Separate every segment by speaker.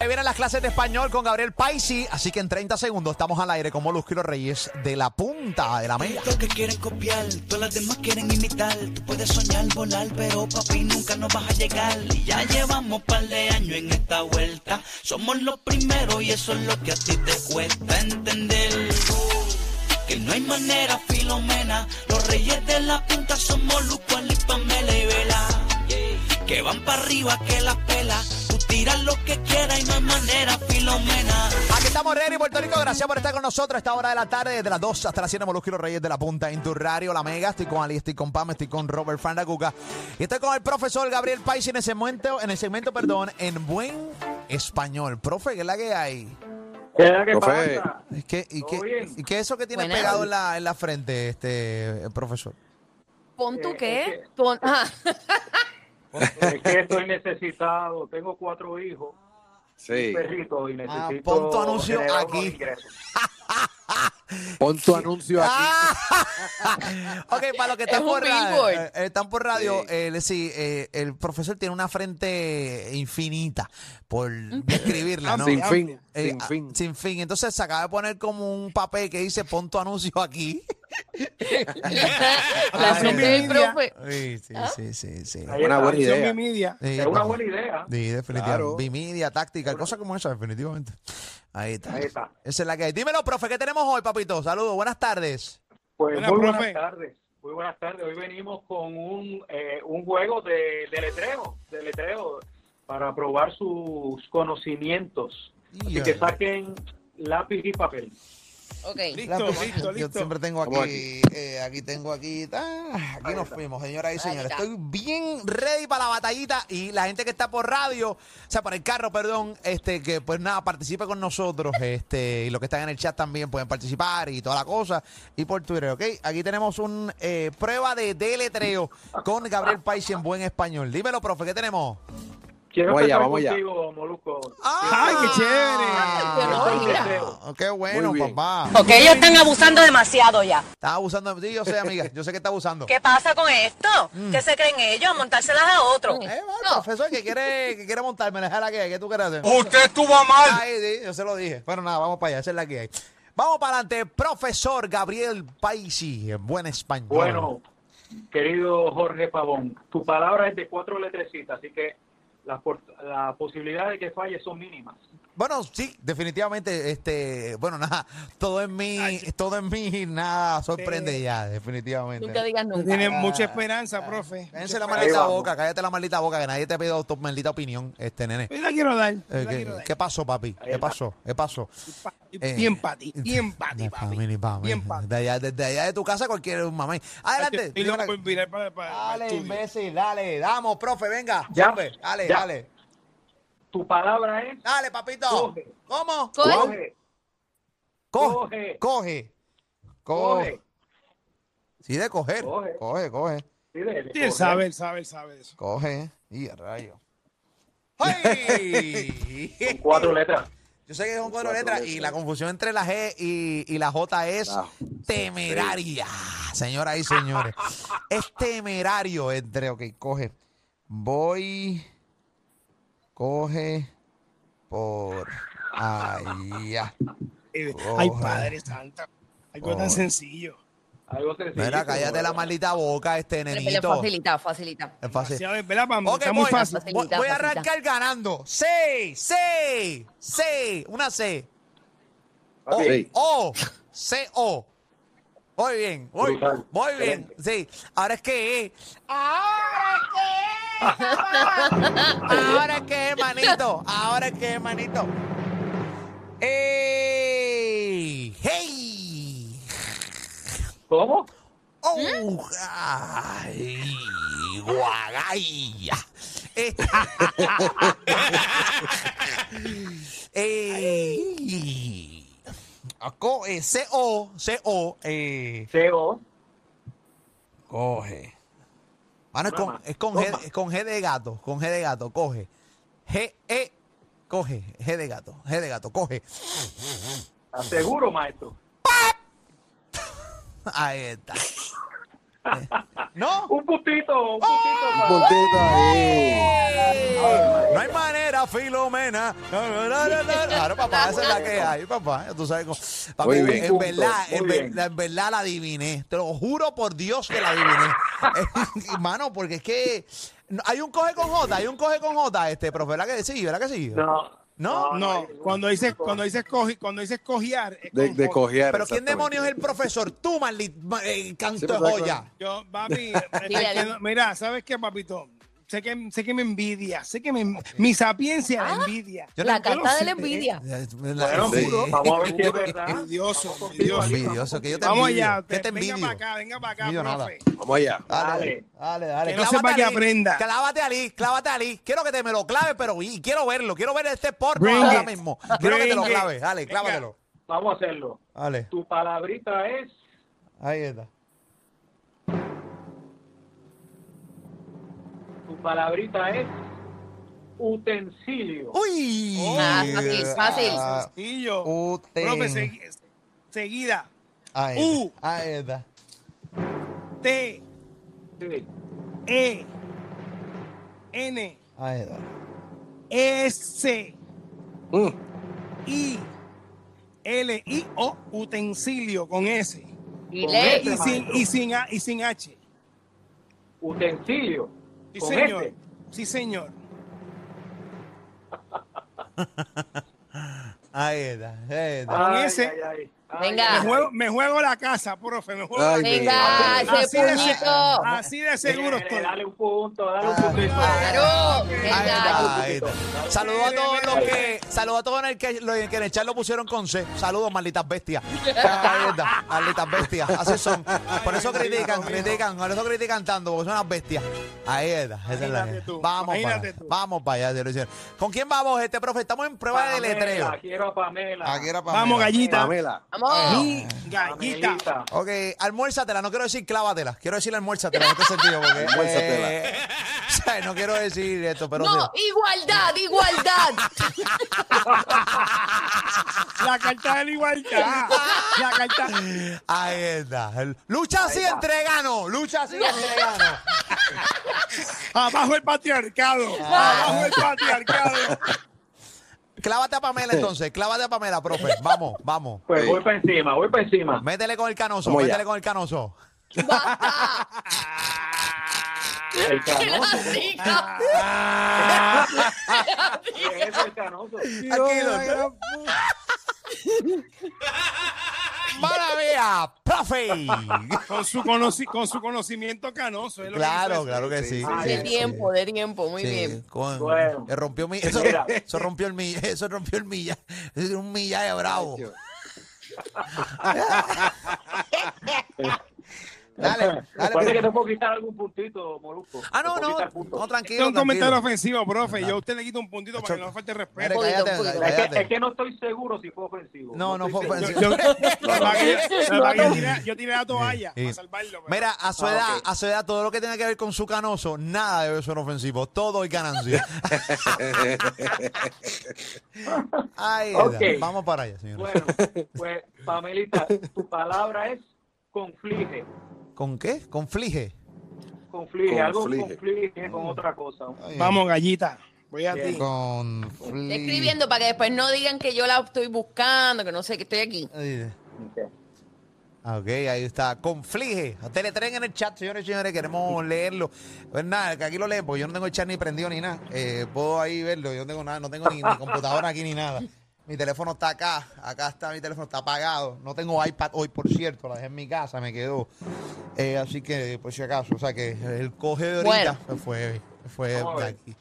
Speaker 1: Ahí vienen las clases de español con Gabriel Paisi, así que en 30 segundos estamos al aire con Molusco y los Reyes de la punta de la mesa.
Speaker 2: Los que quieren copiar, todas las demás quieren imitar. Tú puedes soñar, volar, pero papi nunca nos vas a llegar. Y ya llevamos par de años en esta vuelta. Somos los primeros y eso es lo que a ti te cuesta entender. Que no hay manera, Filomena. Los reyes de la punta somos Lucual y Pamela y Vela. Que van para arriba, que las pela. Tú tiras lo que quieras y no hay manera, Filomena.
Speaker 1: Aquí estamos, Reyes y Puerto Rico. Gracias por estar con nosotros a esta hora de la tarde, desde las 2 hasta las 7. Molusco y los Reyes de la Punta en tu radio, La Mega. Estoy con Ali, estoy con Pam, estoy con Robert Fandacuca. Y estoy con el profesor Gabriel Paisi en el segmento, en el segmento, perdón, en buen español. Profe, ¿qué es la que hay?
Speaker 3: ¿Qué es la que
Speaker 4: Profe.
Speaker 3: pasa?
Speaker 1: ¿Y qué, y
Speaker 3: ¿Todo
Speaker 1: qué,
Speaker 3: bien?
Speaker 1: y qué es eso que tienes
Speaker 5: Buenas.
Speaker 1: pegado en la, en la frente, este eh, profesor?
Speaker 5: ¿Pon
Speaker 3: tú Eh, qué? es que-
Speaker 5: Pon...
Speaker 3: Es que estoy necesitado. Tengo cuatro hijos,
Speaker 4: Sí.
Speaker 3: perritos, y
Speaker 1: Ah,
Speaker 3: necesito.
Speaker 1: pon tu anuncio
Speaker 3: generar
Speaker 1: aquí.
Speaker 3: unos ingresos.
Speaker 4: Pon tu anuncio aquí.
Speaker 1: Ok, para los que están
Speaker 5: Es un
Speaker 1: por radio,
Speaker 5: billboard.
Speaker 1: eh, están por radio,
Speaker 4: Sí.
Speaker 1: eh, sí, eh, el profesor tiene una frente infinita por
Speaker 3: Ah,
Speaker 1: describirla, ¿no?
Speaker 4: Sin fin.
Speaker 1: Eh,
Speaker 4: Sin
Speaker 1: ah,
Speaker 4: fin.
Speaker 1: Sin fin. Entonces se acaba de poner como un papel que dice pon tu anuncio aquí.
Speaker 5: La
Speaker 1: Ay,
Speaker 5: frente del profe.
Speaker 1: Sí, sí,
Speaker 5: Ah.
Speaker 1: sí, sí, sí.
Speaker 3: Ahí
Speaker 4: Una
Speaker 3: está.
Speaker 4: buena idea.
Speaker 1: Sí,
Speaker 3: Es una
Speaker 1: no.
Speaker 3: buena idea.
Speaker 1: Sí, definitivamente.
Speaker 4: Claro.
Speaker 1: Bimidia, táctica, cosas como esa, definitivamente. Ahí está.
Speaker 3: Ahí está.
Speaker 1: Esa es la que hay. Dímelo, profe, ¿qué tenemos hoy, papito? Saludos, buenas tardes.
Speaker 3: Pues
Speaker 6: Buena,
Speaker 3: muy
Speaker 6: profe.
Speaker 3: buenas tardes. Muy buenas tardes. Hoy venimos con un, eh, un juego de, de letreo, de letreo, para probar sus conocimientos. Así
Speaker 1: Ya.
Speaker 3: que saquen lápiz y papel.
Speaker 5: Ok.
Speaker 1: La-
Speaker 6: Listo, listo,
Speaker 1: Yo
Speaker 6: listo.
Speaker 1: siempre tengo aquí,
Speaker 4: Vamos
Speaker 1: eh, aquí tengo aquí, ta, aquí
Speaker 3: Ahí
Speaker 1: nos
Speaker 3: está.
Speaker 1: fuimos, señoras y señores.
Speaker 5: está.
Speaker 1: Estoy bien ready para la batallita y la gente que está por radio, o sea, para el carro, perdón, este, que pues nada, participe con nosotros, este, y los que están en el chat también pueden participar y toda la cosa, y por Twitter, ¿ok? Aquí tenemos un eh, prueba de deletreo con Gabriel País en buen español. Dímelo, profe, ¿qué tenemos?
Speaker 3: Quiero
Speaker 4: Vamos allá,
Speaker 3: empezar
Speaker 4: vamos allá.
Speaker 3: contigo, Molusco.
Speaker 6: ¡Ay, qué chévere!
Speaker 1: Ah, ¡Qué bueno,
Speaker 4: Muy bien.
Speaker 1: papá!
Speaker 7: Ok, ellos están abusando demasiado ya.
Speaker 1: Está abusando de ti, yo sé, amiga, yo sé que está abusando.
Speaker 7: ¿Qué pasa con esto? ¿Qué se creen ellos? A montárselas a otros.
Speaker 1: Eh, va, el profesor, que quiere, que quiere montarme, deja la que hay, ¿qué tú quieres hacer?
Speaker 6: Usted estuvo mal.
Speaker 1: Ay, sí, yo se lo dije. Bueno, nada, vamos para allá, esa es la que hay. Vamos para adelante, profesor Gabriel Paisi, en buen español.
Speaker 3: Bueno, querido Jorge Pavón, tu palabra es de cuatro letrecitas, así que las por- la posibilidad de que falle son mínimas.
Speaker 1: Bueno, sí, definitivamente, este, bueno, nada, todo en mí, todo en mí, nada, sorprende ya, definitivamente.
Speaker 5: Nunca digas
Speaker 6: Tú
Speaker 5: nunca.
Speaker 1: Ah.
Speaker 6: Tienes mucha esperanza, profe.
Speaker 1: Cállense la
Speaker 6: Mucha
Speaker 3: Ahí
Speaker 1: maldita
Speaker 3: vamos.
Speaker 1: boca, cállate la maldita boca, que nadie te ha pedido tu maldita opinión, este nene.
Speaker 6: esperanza. Hoy la quiero dar. hoy
Speaker 1: Eh,
Speaker 6: la quiero
Speaker 1: ¿qué,
Speaker 6: dar.
Speaker 1: qué pasó, papi? ¿Qué pasó? ¿Qué pasó? Eh,
Speaker 6: Bien para ti, bien para ti,
Speaker 1: Ni pa'
Speaker 6: papi.
Speaker 1: mí, ni pa' mí.
Speaker 6: Bien para ti.
Speaker 1: Desde allá, desde allá de tu casa, cualquier mamá. Adelante.
Speaker 6: Y
Speaker 1: dímela.
Speaker 6: luego por virar para, para, para el
Speaker 1: Dale,
Speaker 6: estudio.
Speaker 1: imbécil, dale, damos, profe, venga.
Speaker 3: Ya,
Speaker 1: hombre, dale,
Speaker 3: ya.
Speaker 1: dale.
Speaker 3: Tu palabra es
Speaker 1: Dale, papito.
Speaker 3: Coge.
Speaker 1: ¿Cómo?
Speaker 5: Coge.
Speaker 3: coge,
Speaker 1: Coge.
Speaker 3: Coge.
Speaker 1: Coge.
Speaker 3: coge.
Speaker 1: Sí, de coger.
Speaker 3: Coge.
Speaker 1: Coge, coge.
Speaker 3: Sí, de- de
Speaker 6: Sí,
Speaker 3: coger.
Speaker 6: él sabe, él sabe, él sabe de eso.
Speaker 1: Coge. Y a rayo. ¡Ay!
Speaker 3: Con cuatro letras.
Speaker 1: Yo sé que son cuatro letras y la confusión entre la G y, y la J es
Speaker 4: Ah,
Speaker 1: temeraria, señoras y señores. es temerario entre, ok, coge. Voy, coge por Ah, allá.
Speaker 6: Eh,
Speaker 1: Coge.
Speaker 6: Ay, padre santo. Algo
Speaker 1: Coge.
Speaker 6: tan sencillo.
Speaker 3: Algo sencillo.
Speaker 1: Mira, cállate la maldita boca, este nenito.
Speaker 5: Facilita, facilita.
Speaker 1: Es fácil.
Speaker 6: Demasiado, ¿verdad, mami?
Speaker 1: Ok,
Speaker 6: Está
Speaker 1: voy,
Speaker 6: muy fácil.
Speaker 5: Facilita,
Speaker 1: voy- voy a
Speaker 5: facilita.
Speaker 1: arrancar ganando. Sí, sí, sí, una C. O,
Speaker 4: Sí.
Speaker 1: O, C, O. Muy bien, muy,
Speaker 3: Brutal,
Speaker 1: muy bien. Sí, ahora es que. E. Ahora es que. E. ahora es que, E, manito. Ahora es que, E, manito. ¡Ey! ¡Hey!
Speaker 3: ¿Cómo?
Speaker 1: ¡Oh! ¡Ay! ¡Guagaya! Eh, ¡Ey! Aco- eh, CO, CO, eh,
Speaker 3: CO.
Speaker 1: coge. Mano, es con,
Speaker 3: Mama.
Speaker 1: es, con G, es con G de gato, con G de gato, coge. G, E, coge, G de gato, G de gato, coge.
Speaker 3: Aseguro, maestro.
Speaker 1: Ahí está. Eh, ¿No?
Speaker 3: Un puntito, un
Speaker 1: ¡Ah!
Speaker 3: puntito.
Speaker 4: Un
Speaker 3: para-
Speaker 4: puntito ahí.
Speaker 1: No hay manera, Filomena. No, no, no, no, no. Claro, papá, esa es la que hay, papá. Ya Tú sabes cómo. Papi,
Speaker 4: Muy bien.
Speaker 1: en verdad,
Speaker 3: Muy
Speaker 1: en,
Speaker 3: bien.
Speaker 1: verdad- en verdad la adiviné. Te lo juro por Dios que la adiviné. Hermano, porque es que no, hay un coge con J, hay un coge con J, este, profe, ¿verdad que sí? ¿Verdad que sí?
Speaker 3: No.
Speaker 1: ¿No?
Speaker 6: No, cuando dices, cuando dices, cogi- cuando dices cojear, es
Speaker 4: De,
Speaker 6: con
Speaker 4: de
Speaker 6: J.
Speaker 4: cojear.
Speaker 1: Pero ¿quién
Speaker 4: exactamente.
Speaker 1: demonios es el profesor? Tú, maldito eh,
Speaker 4: Sí,
Speaker 1: canto de
Speaker 4: pero ¿sabes
Speaker 1: joya.
Speaker 6: Yo, papi, estoy
Speaker 8: Dile.
Speaker 6: quedando- mira, ¿sabes qué, papito? Sé que, sé que me envidia, sé que me- mi sapiencia me envidia.
Speaker 1: Ah. Yo
Speaker 8: La
Speaker 1: no- yo no
Speaker 8: carta de
Speaker 1: sé.
Speaker 8: la envidia.
Speaker 1: Eh,
Speaker 3: Bueno,
Speaker 1: sí.
Speaker 3: puro, vamos a ver si es verdad.
Speaker 6: Envidioso,
Speaker 3: Dios.
Speaker 6: envidioso.
Speaker 1: Envidioso, que yo te
Speaker 6: Vamos
Speaker 1: envidio.
Speaker 6: allá,
Speaker 1: Que te
Speaker 6: venga
Speaker 1: envidio.
Speaker 6: para acá, venga para acá,
Speaker 1: Envidio nada.
Speaker 6: profe.
Speaker 4: Vamos allá.
Speaker 1: Dale, dale, dale.
Speaker 6: Que no sepa
Speaker 1: Clávate
Speaker 6: que
Speaker 1: ahí,
Speaker 6: aprenda.
Speaker 1: Clávate ahí, clávate ahí. Quiero que te me lo clave, pero y quiero verlo. Quiero ver este porno
Speaker 6: Bring
Speaker 1: ahora
Speaker 6: it.
Speaker 1: mismo. Quiero que te lo
Speaker 6: Bring it.
Speaker 1: clave. Dale,
Speaker 6: Venga.
Speaker 1: clávatelo.
Speaker 3: Vamos a hacerlo.
Speaker 1: Dale,
Speaker 3: Tu palabrita es
Speaker 1: ahí está.
Speaker 3: Tu palabrita es utensilio.
Speaker 1: Uy.
Speaker 8: Ah, fácil, fácil.
Speaker 1: Ah,
Speaker 6: Sencillo.
Speaker 1: uten-
Speaker 6: Profe, segui- seguida.
Speaker 1: Ahí
Speaker 6: U.
Speaker 1: está, ahí está.
Speaker 6: T,
Speaker 3: Sí.
Speaker 6: E, N, E,
Speaker 1: Ahí está.
Speaker 6: S,
Speaker 4: Mm.
Speaker 6: I, L, I, O, utensilio con S.
Speaker 8: Y
Speaker 3: Con
Speaker 8: ley.
Speaker 6: Y sin, y sin, A- y sin H.
Speaker 3: Utensilio.
Speaker 6: Sí,
Speaker 3: Con
Speaker 6: señor.
Speaker 3: este.
Speaker 6: Sí, señor.
Speaker 1: Ahí está. Ahí está.
Speaker 3: Ay,
Speaker 6: ese.
Speaker 3: ay, ay. Ay,
Speaker 8: Venga.
Speaker 6: Me
Speaker 3: ay,
Speaker 6: juego, me juego la casa, profe. Me juego
Speaker 4: Ay,
Speaker 6: la
Speaker 8: Venga,
Speaker 4: Dios.
Speaker 8: ese
Speaker 6: de, se-
Speaker 8: puñito.
Speaker 6: así de seguro
Speaker 3: Dale,
Speaker 6: estoy.
Speaker 3: Dale un punto, dale un
Speaker 1: Ah,
Speaker 3: punto.
Speaker 8: Claro,
Speaker 1: Ahí
Speaker 8: venga.
Speaker 1: está, ahí está. Saludos a todos los que, saludos a todos en el que, los que en el chat lo pusieron con C. Saludos, malditas bestias. Ahí está, malditas bestias. Así son. Por eso critican, critican, por eso critican tanto, porque son unas bestias. Ahí está, esa es la
Speaker 6: Imagínate tú,
Speaker 1: Vamos para
Speaker 6: imagínate
Speaker 1: allá.
Speaker 6: tú.
Speaker 1: Vamos para allá, se lo hicieron. ¿Con quién vamos, este profe? Estamos en prueba de letreo.
Speaker 3: Pamela, quiero a Pamela.
Speaker 1: Aquí era Pamela.
Speaker 6: Vamos, gallita.
Speaker 4: Pamela.
Speaker 8: Vamos.
Speaker 6: Mi gallita.
Speaker 3: Pamelita.
Speaker 1: Ok, almuérzatela, no quiero decir clávatela, quiero decir almuérzatela en este sentido, porque.
Speaker 4: Almuérzatela.
Speaker 1: eh, o sea, no quiero decir esto, pero. sí.
Speaker 8: No, igualdad, igualdad.
Speaker 6: La carta de la igualdad. La carta.
Speaker 1: Ahí está. Lucha así entre gano. Lucha así entre gano.
Speaker 6: Abajo el patriarcado. Abajo el patriarcado.
Speaker 1: Clávate a Pamela entonces. Clávate a Pamela, profe. Vamos, vamos.
Speaker 3: Pues
Speaker 4: Sí.
Speaker 3: voy para encima, voy para encima.
Speaker 1: Métele con el canoso.
Speaker 4: Vamos
Speaker 1: métele
Speaker 4: allá.
Speaker 1: con el canoso.
Speaker 3: El canoso.
Speaker 8: Chica.
Speaker 3: ¿Qué es el canoso?
Speaker 1: Tranquilo. Maravilla, profe.
Speaker 6: Con su, conoci- con su conocimiento canoso. es lo que
Speaker 1: Claro,
Speaker 6: quiso
Speaker 1: claro que sí.
Speaker 3: Ah,
Speaker 1: sí,
Speaker 8: De
Speaker 1: sí.
Speaker 8: tiempo, de tiempo, muy
Speaker 1: Sí,
Speaker 8: bien.
Speaker 1: con-
Speaker 3: Bueno.
Speaker 1: eh, rompió mi, eso,
Speaker 3: Mira.
Speaker 1: eso rompió el milla, eso rompió el milla, es un millaje bravo.
Speaker 4: Dios.
Speaker 1: Dale, dale.
Speaker 3: Parece que
Speaker 1: profe.
Speaker 3: te puedo quitar algún puntito, Molusco.
Speaker 1: Ah, no,
Speaker 3: Te puedo
Speaker 1: no,
Speaker 3: quitar puntos.
Speaker 1: no,
Speaker 6: decir.
Speaker 1: tranquilo.
Speaker 6: Este es un comentario
Speaker 1: tranquilo.
Speaker 6: ofensivo, profe. Yo a usted le quito un puntito para que no falte
Speaker 1: Dale,
Speaker 6: respeto.
Speaker 8: Poquito,
Speaker 1: cállate,
Speaker 8: poquito.
Speaker 1: cállate.
Speaker 3: Es que, es que no estoy seguro si fue ofensivo.
Speaker 1: No, no
Speaker 3: estoy
Speaker 1: fue
Speaker 3: seguro.
Speaker 6: Yo,
Speaker 1: ofensivo.
Speaker 6: yo- para que- para que yo tiré- yo tiré la toalla
Speaker 1: Sí.
Speaker 6: para salvarlo. pero-
Speaker 1: Mira, a su
Speaker 3: Ah,
Speaker 1: edad,
Speaker 3: ok.
Speaker 1: a su edad, todo lo que tenga que ver con su canoso, nada debe ser ofensivo. Todo es ganancia. Ahí está.
Speaker 3: Ok.
Speaker 1: Vamos para allá, señor.
Speaker 3: Bueno, pues, Pamelita, tu palabra es conflige.
Speaker 1: ¿Con qué? Conflige.
Speaker 3: Conflige, algo
Speaker 4: Conflige.
Speaker 3: conflige con otra cosa.
Speaker 6: Vamos, gallita. Voy a
Speaker 3: Bien.
Speaker 6: ti.
Speaker 8: Estoy
Speaker 1: Conflige.
Speaker 8: escribiendo para que después no digan que yo la estoy buscando, que no sé, que estoy aquí.
Speaker 1: Ahí. Ah, Ok, ahí está. Conflige. Ustedes le traen en el chat, señores y señores. Queremos leerlo. Pues nada, que aquí lo leen, porque yo no tengo el chat ni prendido ni nada. Eh, puedo ahí verlo. Yo no tengo nada, no tengo ni, ni computadora aquí ni nada.
Speaker 4: Mi teléfono está acá. Acá está mi teléfono, está apagado. No tengo iPad hoy, por cierto. La dejé en mi casa, me quedó. Eh, así que, por si acaso, o sea que el coge de ahorita fue, fue
Speaker 3: Vamos a
Speaker 4: de
Speaker 3: ver.
Speaker 4: aquí.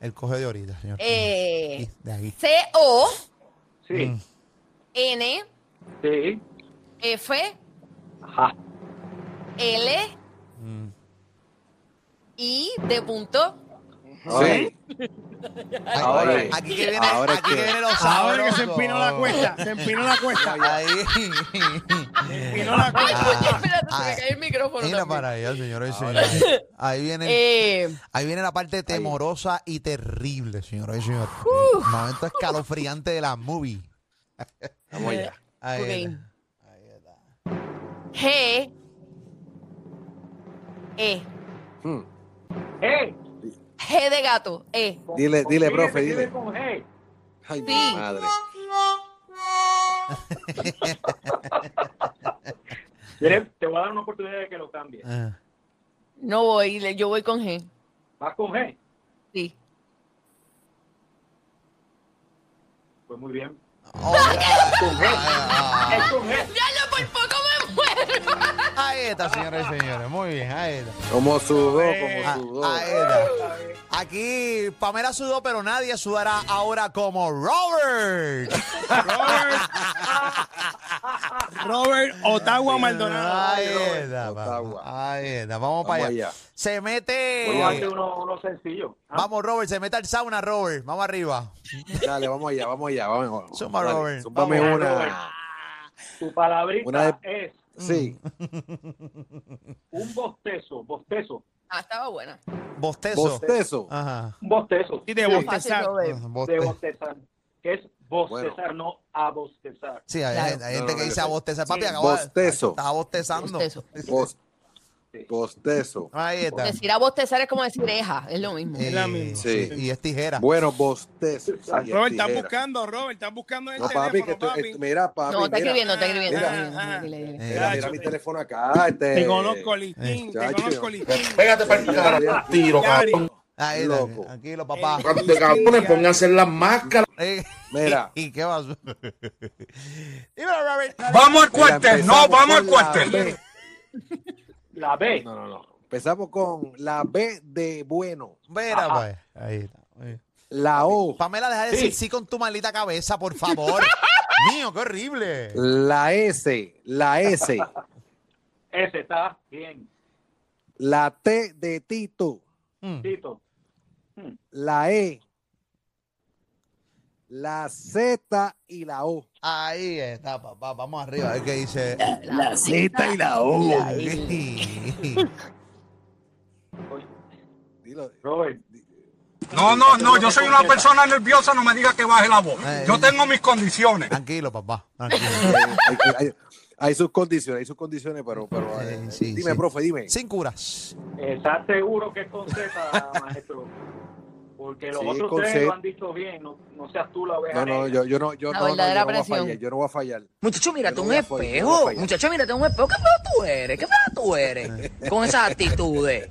Speaker 4: El coge de ahorita, señor.
Speaker 8: Eh,
Speaker 4: De aquí.
Speaker 3: Sí,
Speaker 8: C-O-N-F-L-I-N
Speaker 3: sí. Ajá.
Speaker 8: I de punto.
Speaker 1: Sí.
Speaker 4: Ay,
Speaker 1: Ahora
Speaker 4: ay,
Speaker 1: es.
Speaker 4: aquí que viene,
Speaker 1: Ahora es
Speaker 4: aquí
Speaker 1: que-
Speaker 4: que viene lo
Speaker 6: Ahora que se
Speaker 4: sabroso.
Speaker 6: empinó la cuesta, se empinó la cuesta.
Speaker 4: Ahí.
Speaker 6: Empinó la
Speaker 4: Ay,
Speaker 6: cuesta.
Speaker 4: Ah,
Speaker 5: Espérate, se
Speaker 4: ah,
Speaker 5: me cayó el micrófono.
Speaker 4: Mira
Speaker 5: también.
Speaker 4: para allá, señoras y señores. Ahí viene,
Speaker 5: Eh,
Speaker 4: ahí viene la parte temorosa y terrible, señoras y señores. El momento escalofriante de la movie.
Speaker 1: Vamos allá.
Speaker 4: Ahí
Speaker 5: Ok.
Speaker 4: está.
Speaker 5: G. E.
Speaker 1: Mm.
Speaker 3: Hey,
Speaker 5: G de gato. E.
Speaker 3: con-
Speaker 1: Dile,
Speaker 3: con
Speaker 1: dile,
Speaker 3: G,
Speaker 1: profe,
Speaker 3: dile
Speaker 1: dile.
Speaker 3: con G.
Speaker 1: Ay, mi
Speaker 5: Sí.
Speaker 1: madre.
Speaker 3: Dile, te voy a dar una oportunidad de que lo cambies.
Speaker 4: Ah.
Speaker 5: No voy, le- yo voy con G.
Speaker 3: ¿Vas con G?
Speaker 5: Sí.
Speaker 3: Pues muy bien.
Speaker 4: Oh,
Speaker 3: Es con G.
Speaker 5: Ya lo por poco me muero.
Speaker 4: Ahí está, señoras y señores. Muy bien, ahí está.
Speaker 1: Como sudó,
Speaker 4: Ah,
Speaker 1: como sudó.
Speaker 4: ahí está. Aquí Pamela sudó, pero nadie sudará ahora como Robert.
Speaker 6: Robert Ottawa Maldonado.
Speaker 4: Ahí está,
Speaker 1: Ottawa.
Speaker 4: papá. Ahí está. Vamos para
Speaker 1: Vamos
Speaker 4: allá.
Speaker 1: allá.
Speaker 4: Se
Speaker 1: Voy
Speaker 3: Vamos a hacer
Speaker 4: mete.
Speaker 3: uno, uno sencillo. Ah,
Speaker 4: Vamos, Robert, se mete al sauna, Robert. Vamos arriba.
Speaker 1: Dale, vamos allá, vamos allá. Vamos,
Speaker 4: Zumba,
Speaker 1: Dale,
Speaker 4: Robert.
Speaker 1: zúmbame
Speaker 3: Vamos,
Speaker 1: una.
Speaker 3: Robert. Tu palabrita
Speaker 1: Una de-
Speaker 3: es
Speaker 1: Sí.
Speaker 4: Mm.
Speaker 3: un bostezo, bostezo,
Speaker 5: Ah, estaba buena.
Speaker 4: Bostezo.
Speaker 1: Bostezo. Ah.
Speaker 4: Ajá.
Speaker 3: un bostezo.
Speaker 6: Y de
Speaker 5: Fácil,
Speaker 6: bostezar.
Speaker 5: Robert.
Speaker 3: de
Speaker 4: Bostezo.
Speaker 3: bostezar, que es bostezar, no abostezar.
Speaker 4: Sí, hay, hay
Speaker 1: No,
Speaker 4: gente
Speaker 1: no,
Speaker 4: que
Speaker 1: no,
Speaker 4: dice
Speaker 1: no.
Speaker 4: a bostezar. Papi,
Speaker 1: Sí.
Speaker 4: acabo de-
Speaker 1: Bostezo.
Speaker 4: Estaba bostezando.
Speaker 5: Bostezo.
Speaker 1: Bos-
Speaker 3: Sí.
Speaker 1: Bostezo.
Speaker 4: Ahí está.
Speaker 5: Decir a bostezar es como decir eja, es lo mismo.
Speaker 4: Eh,
Speaker 6: la misma.
Speaker 1: Sí.
Speaker 4: Y es tijera.
Speaker 1: Bueno, bostezo. Ay,
Speaker 6: Robert, estás
Speaker 1: tijera.
Speaker 6: buscando, Robert, estás buscando el
Speaker 1: No, papi, que
Speaker 6: teléfono,
Speaker 1: estoy,
Speaker 6: papi. Ah,
Speaker 1: estoy- mira, papi.
Speaker 5: no, está
Speaker 1: mira,
Speaker 5: escribiendo, está escribiendo.
Speaker 1: mira.
Speaker 5: Dile, dile, dile, dile.
Speaker 1: Mira,
Speaker 4: Eh,
Speaker 1: mira mi teléfono acá. Este...
Speaker 6: Te conozco, Listín, te
Speaker 1: Eh, Chacho.
Speaker 6: conozco, Listín.
Speaker 9: Pégate para el
Speaker 1: Ya,
Speaker 9: carajo,
Speaker 1: ya.
Speaker 9: tiro, cabrón.
Speaker 4: ahí está.
Speaker 1: loco.
Speaker 4: Tranquilo, papá.
Speaker 9: Cante, cabrones, pónganse las máscaras.
Speaker 4: Eh,
Speaker 1: Mira.
Speaker 4: ¿Y qué pasó? Dímelo, Robert.
Speaker 9: Vamos al
Speaker 1: Mira, empezamos con la B.
Speaker 3: La B,
Speaker 1: No, no, no. Empezamos con la B de bueno.
Speaker 4: Mira, pues. Ahí está. Muy bien.
Speaker 1: La O.
Speaker 4: Pamela, deja de
Speaker 3: Sí.
Speaker 4: decir sí con tu maldita cabeza, por favor. Mío, qué horrible.
Speaker 1: La S. La S.
Speaker 3: ese está bien.
Speaker 1: La T de Tito.
Speaker 4: Mm.
Speaker 3: Tito,
Speaker 1: La E. La Z y la O.
Speaker 4: Ahí está, papá. Vamos arriba. A ver qué dice.
Speaker 9: La Z y la O.
Speaker 1: Dilo.
Speaker 3: Robert,
Speaker 10: No, no, no, yo soy una persona nerviosa, no me diga que baje la voz.
Speaker 4: Ay.
Speaker 10: Yo tengo mis condiciones.
Speaker 4: Tranquilo, papá. Tranquilo.
Speaker 1: Hay, hay- hay sus condiciones, hay sus condiciones, pero, pero
Speaker 4: Sí,
Speaker 1: eh,
Speaker 4: sí,
Speaker 1: dime,
Speaker 4: sí.
Speaker 1: profe, dime.
Speaker 4: Sin curas.
Speaker 3: ¿estás seguro que es con Z, maestro? Porque los
Speaker 1: Sí,
Speaker 3: otros
Speaker 1: con
Speaker 3: tres
Speaker 1: Z.
Speaker 3: lo han dicho bien, no, no seas tú la oveja
Speaker 1: No, no,
Speaker 3: negra.
Speaker 1: yo, yo no, yo
Speaker 5: La
Speaker 1: no, no, yo
Speaker 5: verdadera
Speaker 1: no voy a
Speaker 5: presión.
Speaker 1: fallar, yo no voy a fallar.
Speaker 11: Muchacho, mírate
Speaker 1: Yo no
Speaker 11: un
Speaker 1: voy a fallar, yo no voy a
Speaker 11: espejo.
Speaker 1: fallar.
Speaker 11: Muchacho, mírate un espejo. ¿Qué feo tú eres? ¿Qué feo tú eres? Con esas actitudes.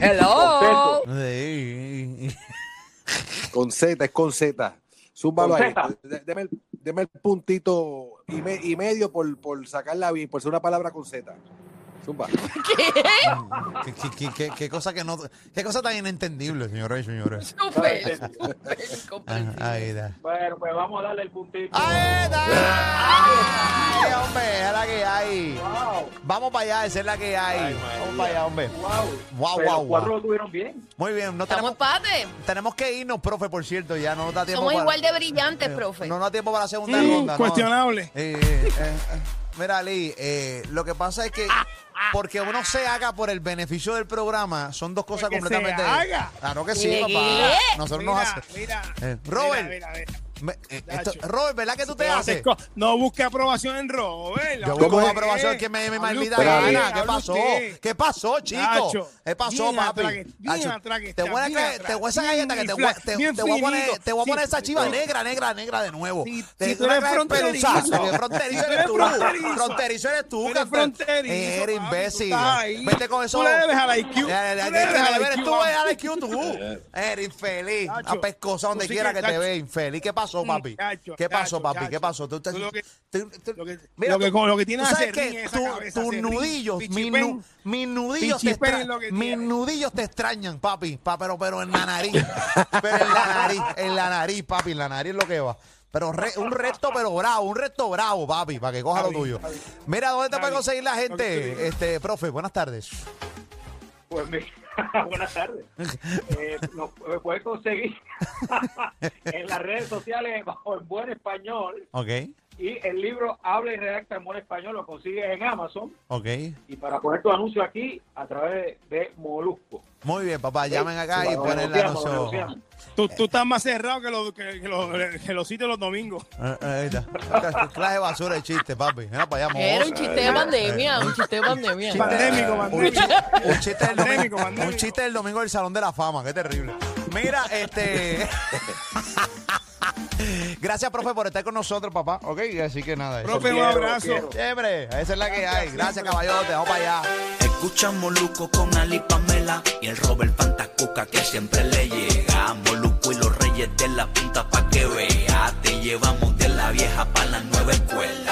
Speaker 11: Hello.
Speaker 4: Sí.
Speaker 1: Con Z, es con Z. Zúmbalo
Speaker 3: Con
Speaker 1: ahí.
Speaker 3: Z.
Speaker 1: De- Deme el, deme el puntito y, me- y medio por, por sacarla bien, por ser una palabra con Z. Zumba.
Speaker 4: ¿Qué, qué, qué, qué- qué cosa que no, qué cosa tan inentendible, señores y señores.
Speaker 5: Súper, súper
Speaker 4: Ah,
Speaker 5: incomprensible.
Speaker 4: Ahí está.
Speaker 3: Bueno, pues vamos a darle el puntito.
Speaker 4: ¡Ahí está! ¡Ay, hombre! Es la que hay.
Speaker 3: ¡Wow!
Speaker 4: Vamos para allá, esa es la que hay. Vamos para allá, hombre.
Speaker 3: ¡Wow!
Speaker 4: Guau,
Speaker 3: Pero
Speaker 4: guau,
Speaker 3: cuatro
Speaker 4: guau.
Speaker 3: lo tuvieron bien.
Speaker 4: Muy bien, no
Speaker 5: Estamos
Speaker 4: tenemos,
Speaker 5: empate.
Speaker 4: tenemos que irnos, profe, por cierto, ya no nos da tiempo
Speaker 5: Somos
Speaker 4: para-
Speaker 5: igual de brillantes, profe.
Speaker 4: Eh, No nos da tiempo para la segunda
Speaker 6: Mm,
Speaker 4: ronda. no.
Speaker 6: cuestionable.
Speaker 4: Eh, eh, eh, eh. Mira, Ali, eh, lo que pasa es que
Speaker 6: Ah,
Speaker 4: porque uno se haga por el beneficio del programa, son dos cosas
Speaker 6: Porque Pues se
Speaker 4: completamente.
Speaker 6: haga.
Speaker 4: Claro que sí,
Speaker 5: Mire,
Speaker 4: papá.
Speaker 5: ¿qué?
Speaker 4: Nosotros nos
Speaker 6: Mira,
Speaker 4: hacemos.
Speaker 6: mira.
Speaker 4: Eh,
Speaker 6: mira,
Speaker 4: Robert.
Speaker 6: mira, mira.
Speaker 4: Me- eh,
Speaker 6: Nacho.
Speaker 4: esto- Robert, ¿verdad que tú te
Speaker 6: Pero no
Speaker 4: haces?
Speaker 6: te co- No busque aprobación en Robert.
Speaker 4: Yo
Speaker 1: ¿Cómo
Speaker 4: busco
Speaker 1: es?
Speaker 6: eh,
Speaker 4: aprobación que me, me maldita
Speaker 1: usted,
Speaker 4: gana.
Speaker 1: hable
Speaker 4: ¿Qué pasó? ¿Qué pasó, chico?
Speaker 6: Nacho,
Speaker 4: ¿Qué pasó,
Speaker 6: bien
Speaker 4: papi?
Speaker 6: atraque- bien
Speaker 4: Nacho,
Speaker 6: atraque
Speaker 4: te voy a
Speaker 6: está,
Speaker 4: ca-
Speaker 6: bien
Speaker 4: te voy a esa
Speaker 6: atraque,
Speaker 4: galleta que te voy
Speaker 6: bien
Speaker 4: a- te-
Speaker 6: fla-
Speaker 4: te voy a poner,
Speaker 6: bien
Speaker 4: te voy a poner
Speaker 6: finito.
Speaker 4: esa chiva
Speaker 6: Sí.
Speaker 4: negra, negra, negra de nuevo.
Speaker 6: Si-
Speaker 4: Te-
Speaker 6: si tú
Speaker 4: una
Speaker 6: eres
Speaker 4: gran
Speaker 6: fronterizo.
Speaker 4: peluzazo, que Fronterizo
Speaker 6: Si tú
Speaker 4: eres
Speaker 6: eres
Speaker 4: tú.
Speaker 6: fronterizo.
Speaker 4: Fronterizo eres tú.
Speaker 6: Tú eres
Speaker 4: cantar-
Speaker 6: fronterizo,
Speaker 4: Eres
Speaker 6: papi, tú
Speaker 4: imbécil.
Speaker 6: estás ahí.
Speaker 4: Vete con eso.
Speaker 6: Tú le debes a la
Speaker 4: Eh,
Speaker 6: IQ. Tú le debes
Speaker 4: eh,
Speaker 6: a
Speaker 4: te- te-
Speaker 6: la
Speaker 4: eres
Speaker 6: IQ,
Speaker 4: tú,
Speaker 6: vamos.
Speaker 4: eres a la IQ, tú. Eres infeliz.
Speaker 6: Nacho,
Speaker 4: A pescosa
Speaker 6: tú
Speaker 4: donde
Speaker 6: sí
Speaker 4: quiera
Speaker 6: que-
Speaker 4: que te
Speaker 6: Nacho.
Speaker 4: vea, infeliz. ¿Qué
Speaker 1: pasó, papi?
Speaker 6: Chacho,
Speaker 1: ¿Qué pasó,
Speaker 6: chacho,
Speaker 1: papi? ¿Qué
Speaker 6: chacho.
Speaker 1: pasó? Tú te-
Speaker 6: Tú lo que-
Speaker 1: tú- tú-
Speaker 6: lo que-
Speaker 1: mira,
Speaker 6: lo que-
Speaker 1: tú-
Speaker 6: con lo que tienes
Speaker 1: tú
Speaker 6: a
Speaker 1: sabes
Speaker 6: Serrín
Speaker 1: que
Speaker 6: en esa
Speaker 1: tú-
Speaker 6: cabeza,
Speaker 1: tus
Speaker 6: Serrín,
Speaker 1: nudillos, mis,
Speaker 6: Pichipen.
Speaker 1: nu- mis nudillos, te
Speaker 6: Pichipen
Speaker 1: extra-
Speaker 6: es lo que
Speaker 1: mis
Speaker 6: tiene.
Speaker 1: nudillos te extrañan, papi, pa- pero, pero en la nariz, pero en la nariz, en la nariz, papi, en la nariz es lo que va. Pero re- un resto, pero bravo, un resto bravo, papi, para que coja
Speaker 6: Está
Speaker 1: lo
Speaker 6: bien,
Speaker 1: tuyo.
Speaker 6: está bien.
Speaker 1: Mira, ¿dónde te
Speaker 6: Está
Speaker 1: puede
Speaker 6: bien.
Speaker 1: conseguir la
Speaker 6: Lo que tú digas.
Speaker 1: gente? Este, profe, buenas tardes.
Speaker 3: Pues mira, buenas tardes. Eh, nos me puedes conseguir en las redes sociales bajo en buen español
Speaker 1: Ok,
Speaker 3: y el libro Habla y redacta en buen español lo consigues en Amazon
Speaker 1: ok.
Speaker 3: y para poner tu anuncio aquí a través de Molusco.
Speaker 1: Muy bien, papá, llamen acá y
Speaker 3: Lo
Speaker 1: ponen la
Speaker 3: negociamos, lo
Speaker 1: anuncio.
Speaker 3: negociamos.
Speaker 6: Tú, tú estás más cerrado que los que, que los- que los sitios los domingos.
Speaker 1: Eh, eh, Ahí está. Qué Clase de basura de chiste, papi. Mira para allá,
Speaker 12: Que Era un
Speaker 1: mozo.
Speaker 12: chiste de pandemia, un chiste de pandemia.
Speaker 4: Ah,
Speaker 6: Pandémico,
Speaker 1: Un
Speaker 6: pandémico.
Speaker 1: chiste, un chiste del
Speaker 6: Pandémico,
Speaker 1: domingo,
Speaker 6: pandémico.
Speaker 1: un chiste del domingo del Salón de la Fama, qué terrible. Mira, este. Gracias, profe, por estar con nosotros, papá. Ok, así que nada. eso.
Speaker 6: Profe, un abrazo.
Speaker 1: Siempre, esa es la que hay. Gracias, caballote. Vamos para allá.
Speaker 2: Escucha Moluco con Ali Pamela y el Robert Fantacuca que siempre le llega. Moluco y los reyes de la punta pa' que vea. Te llevamos de la vieja pa' la nueva escuela.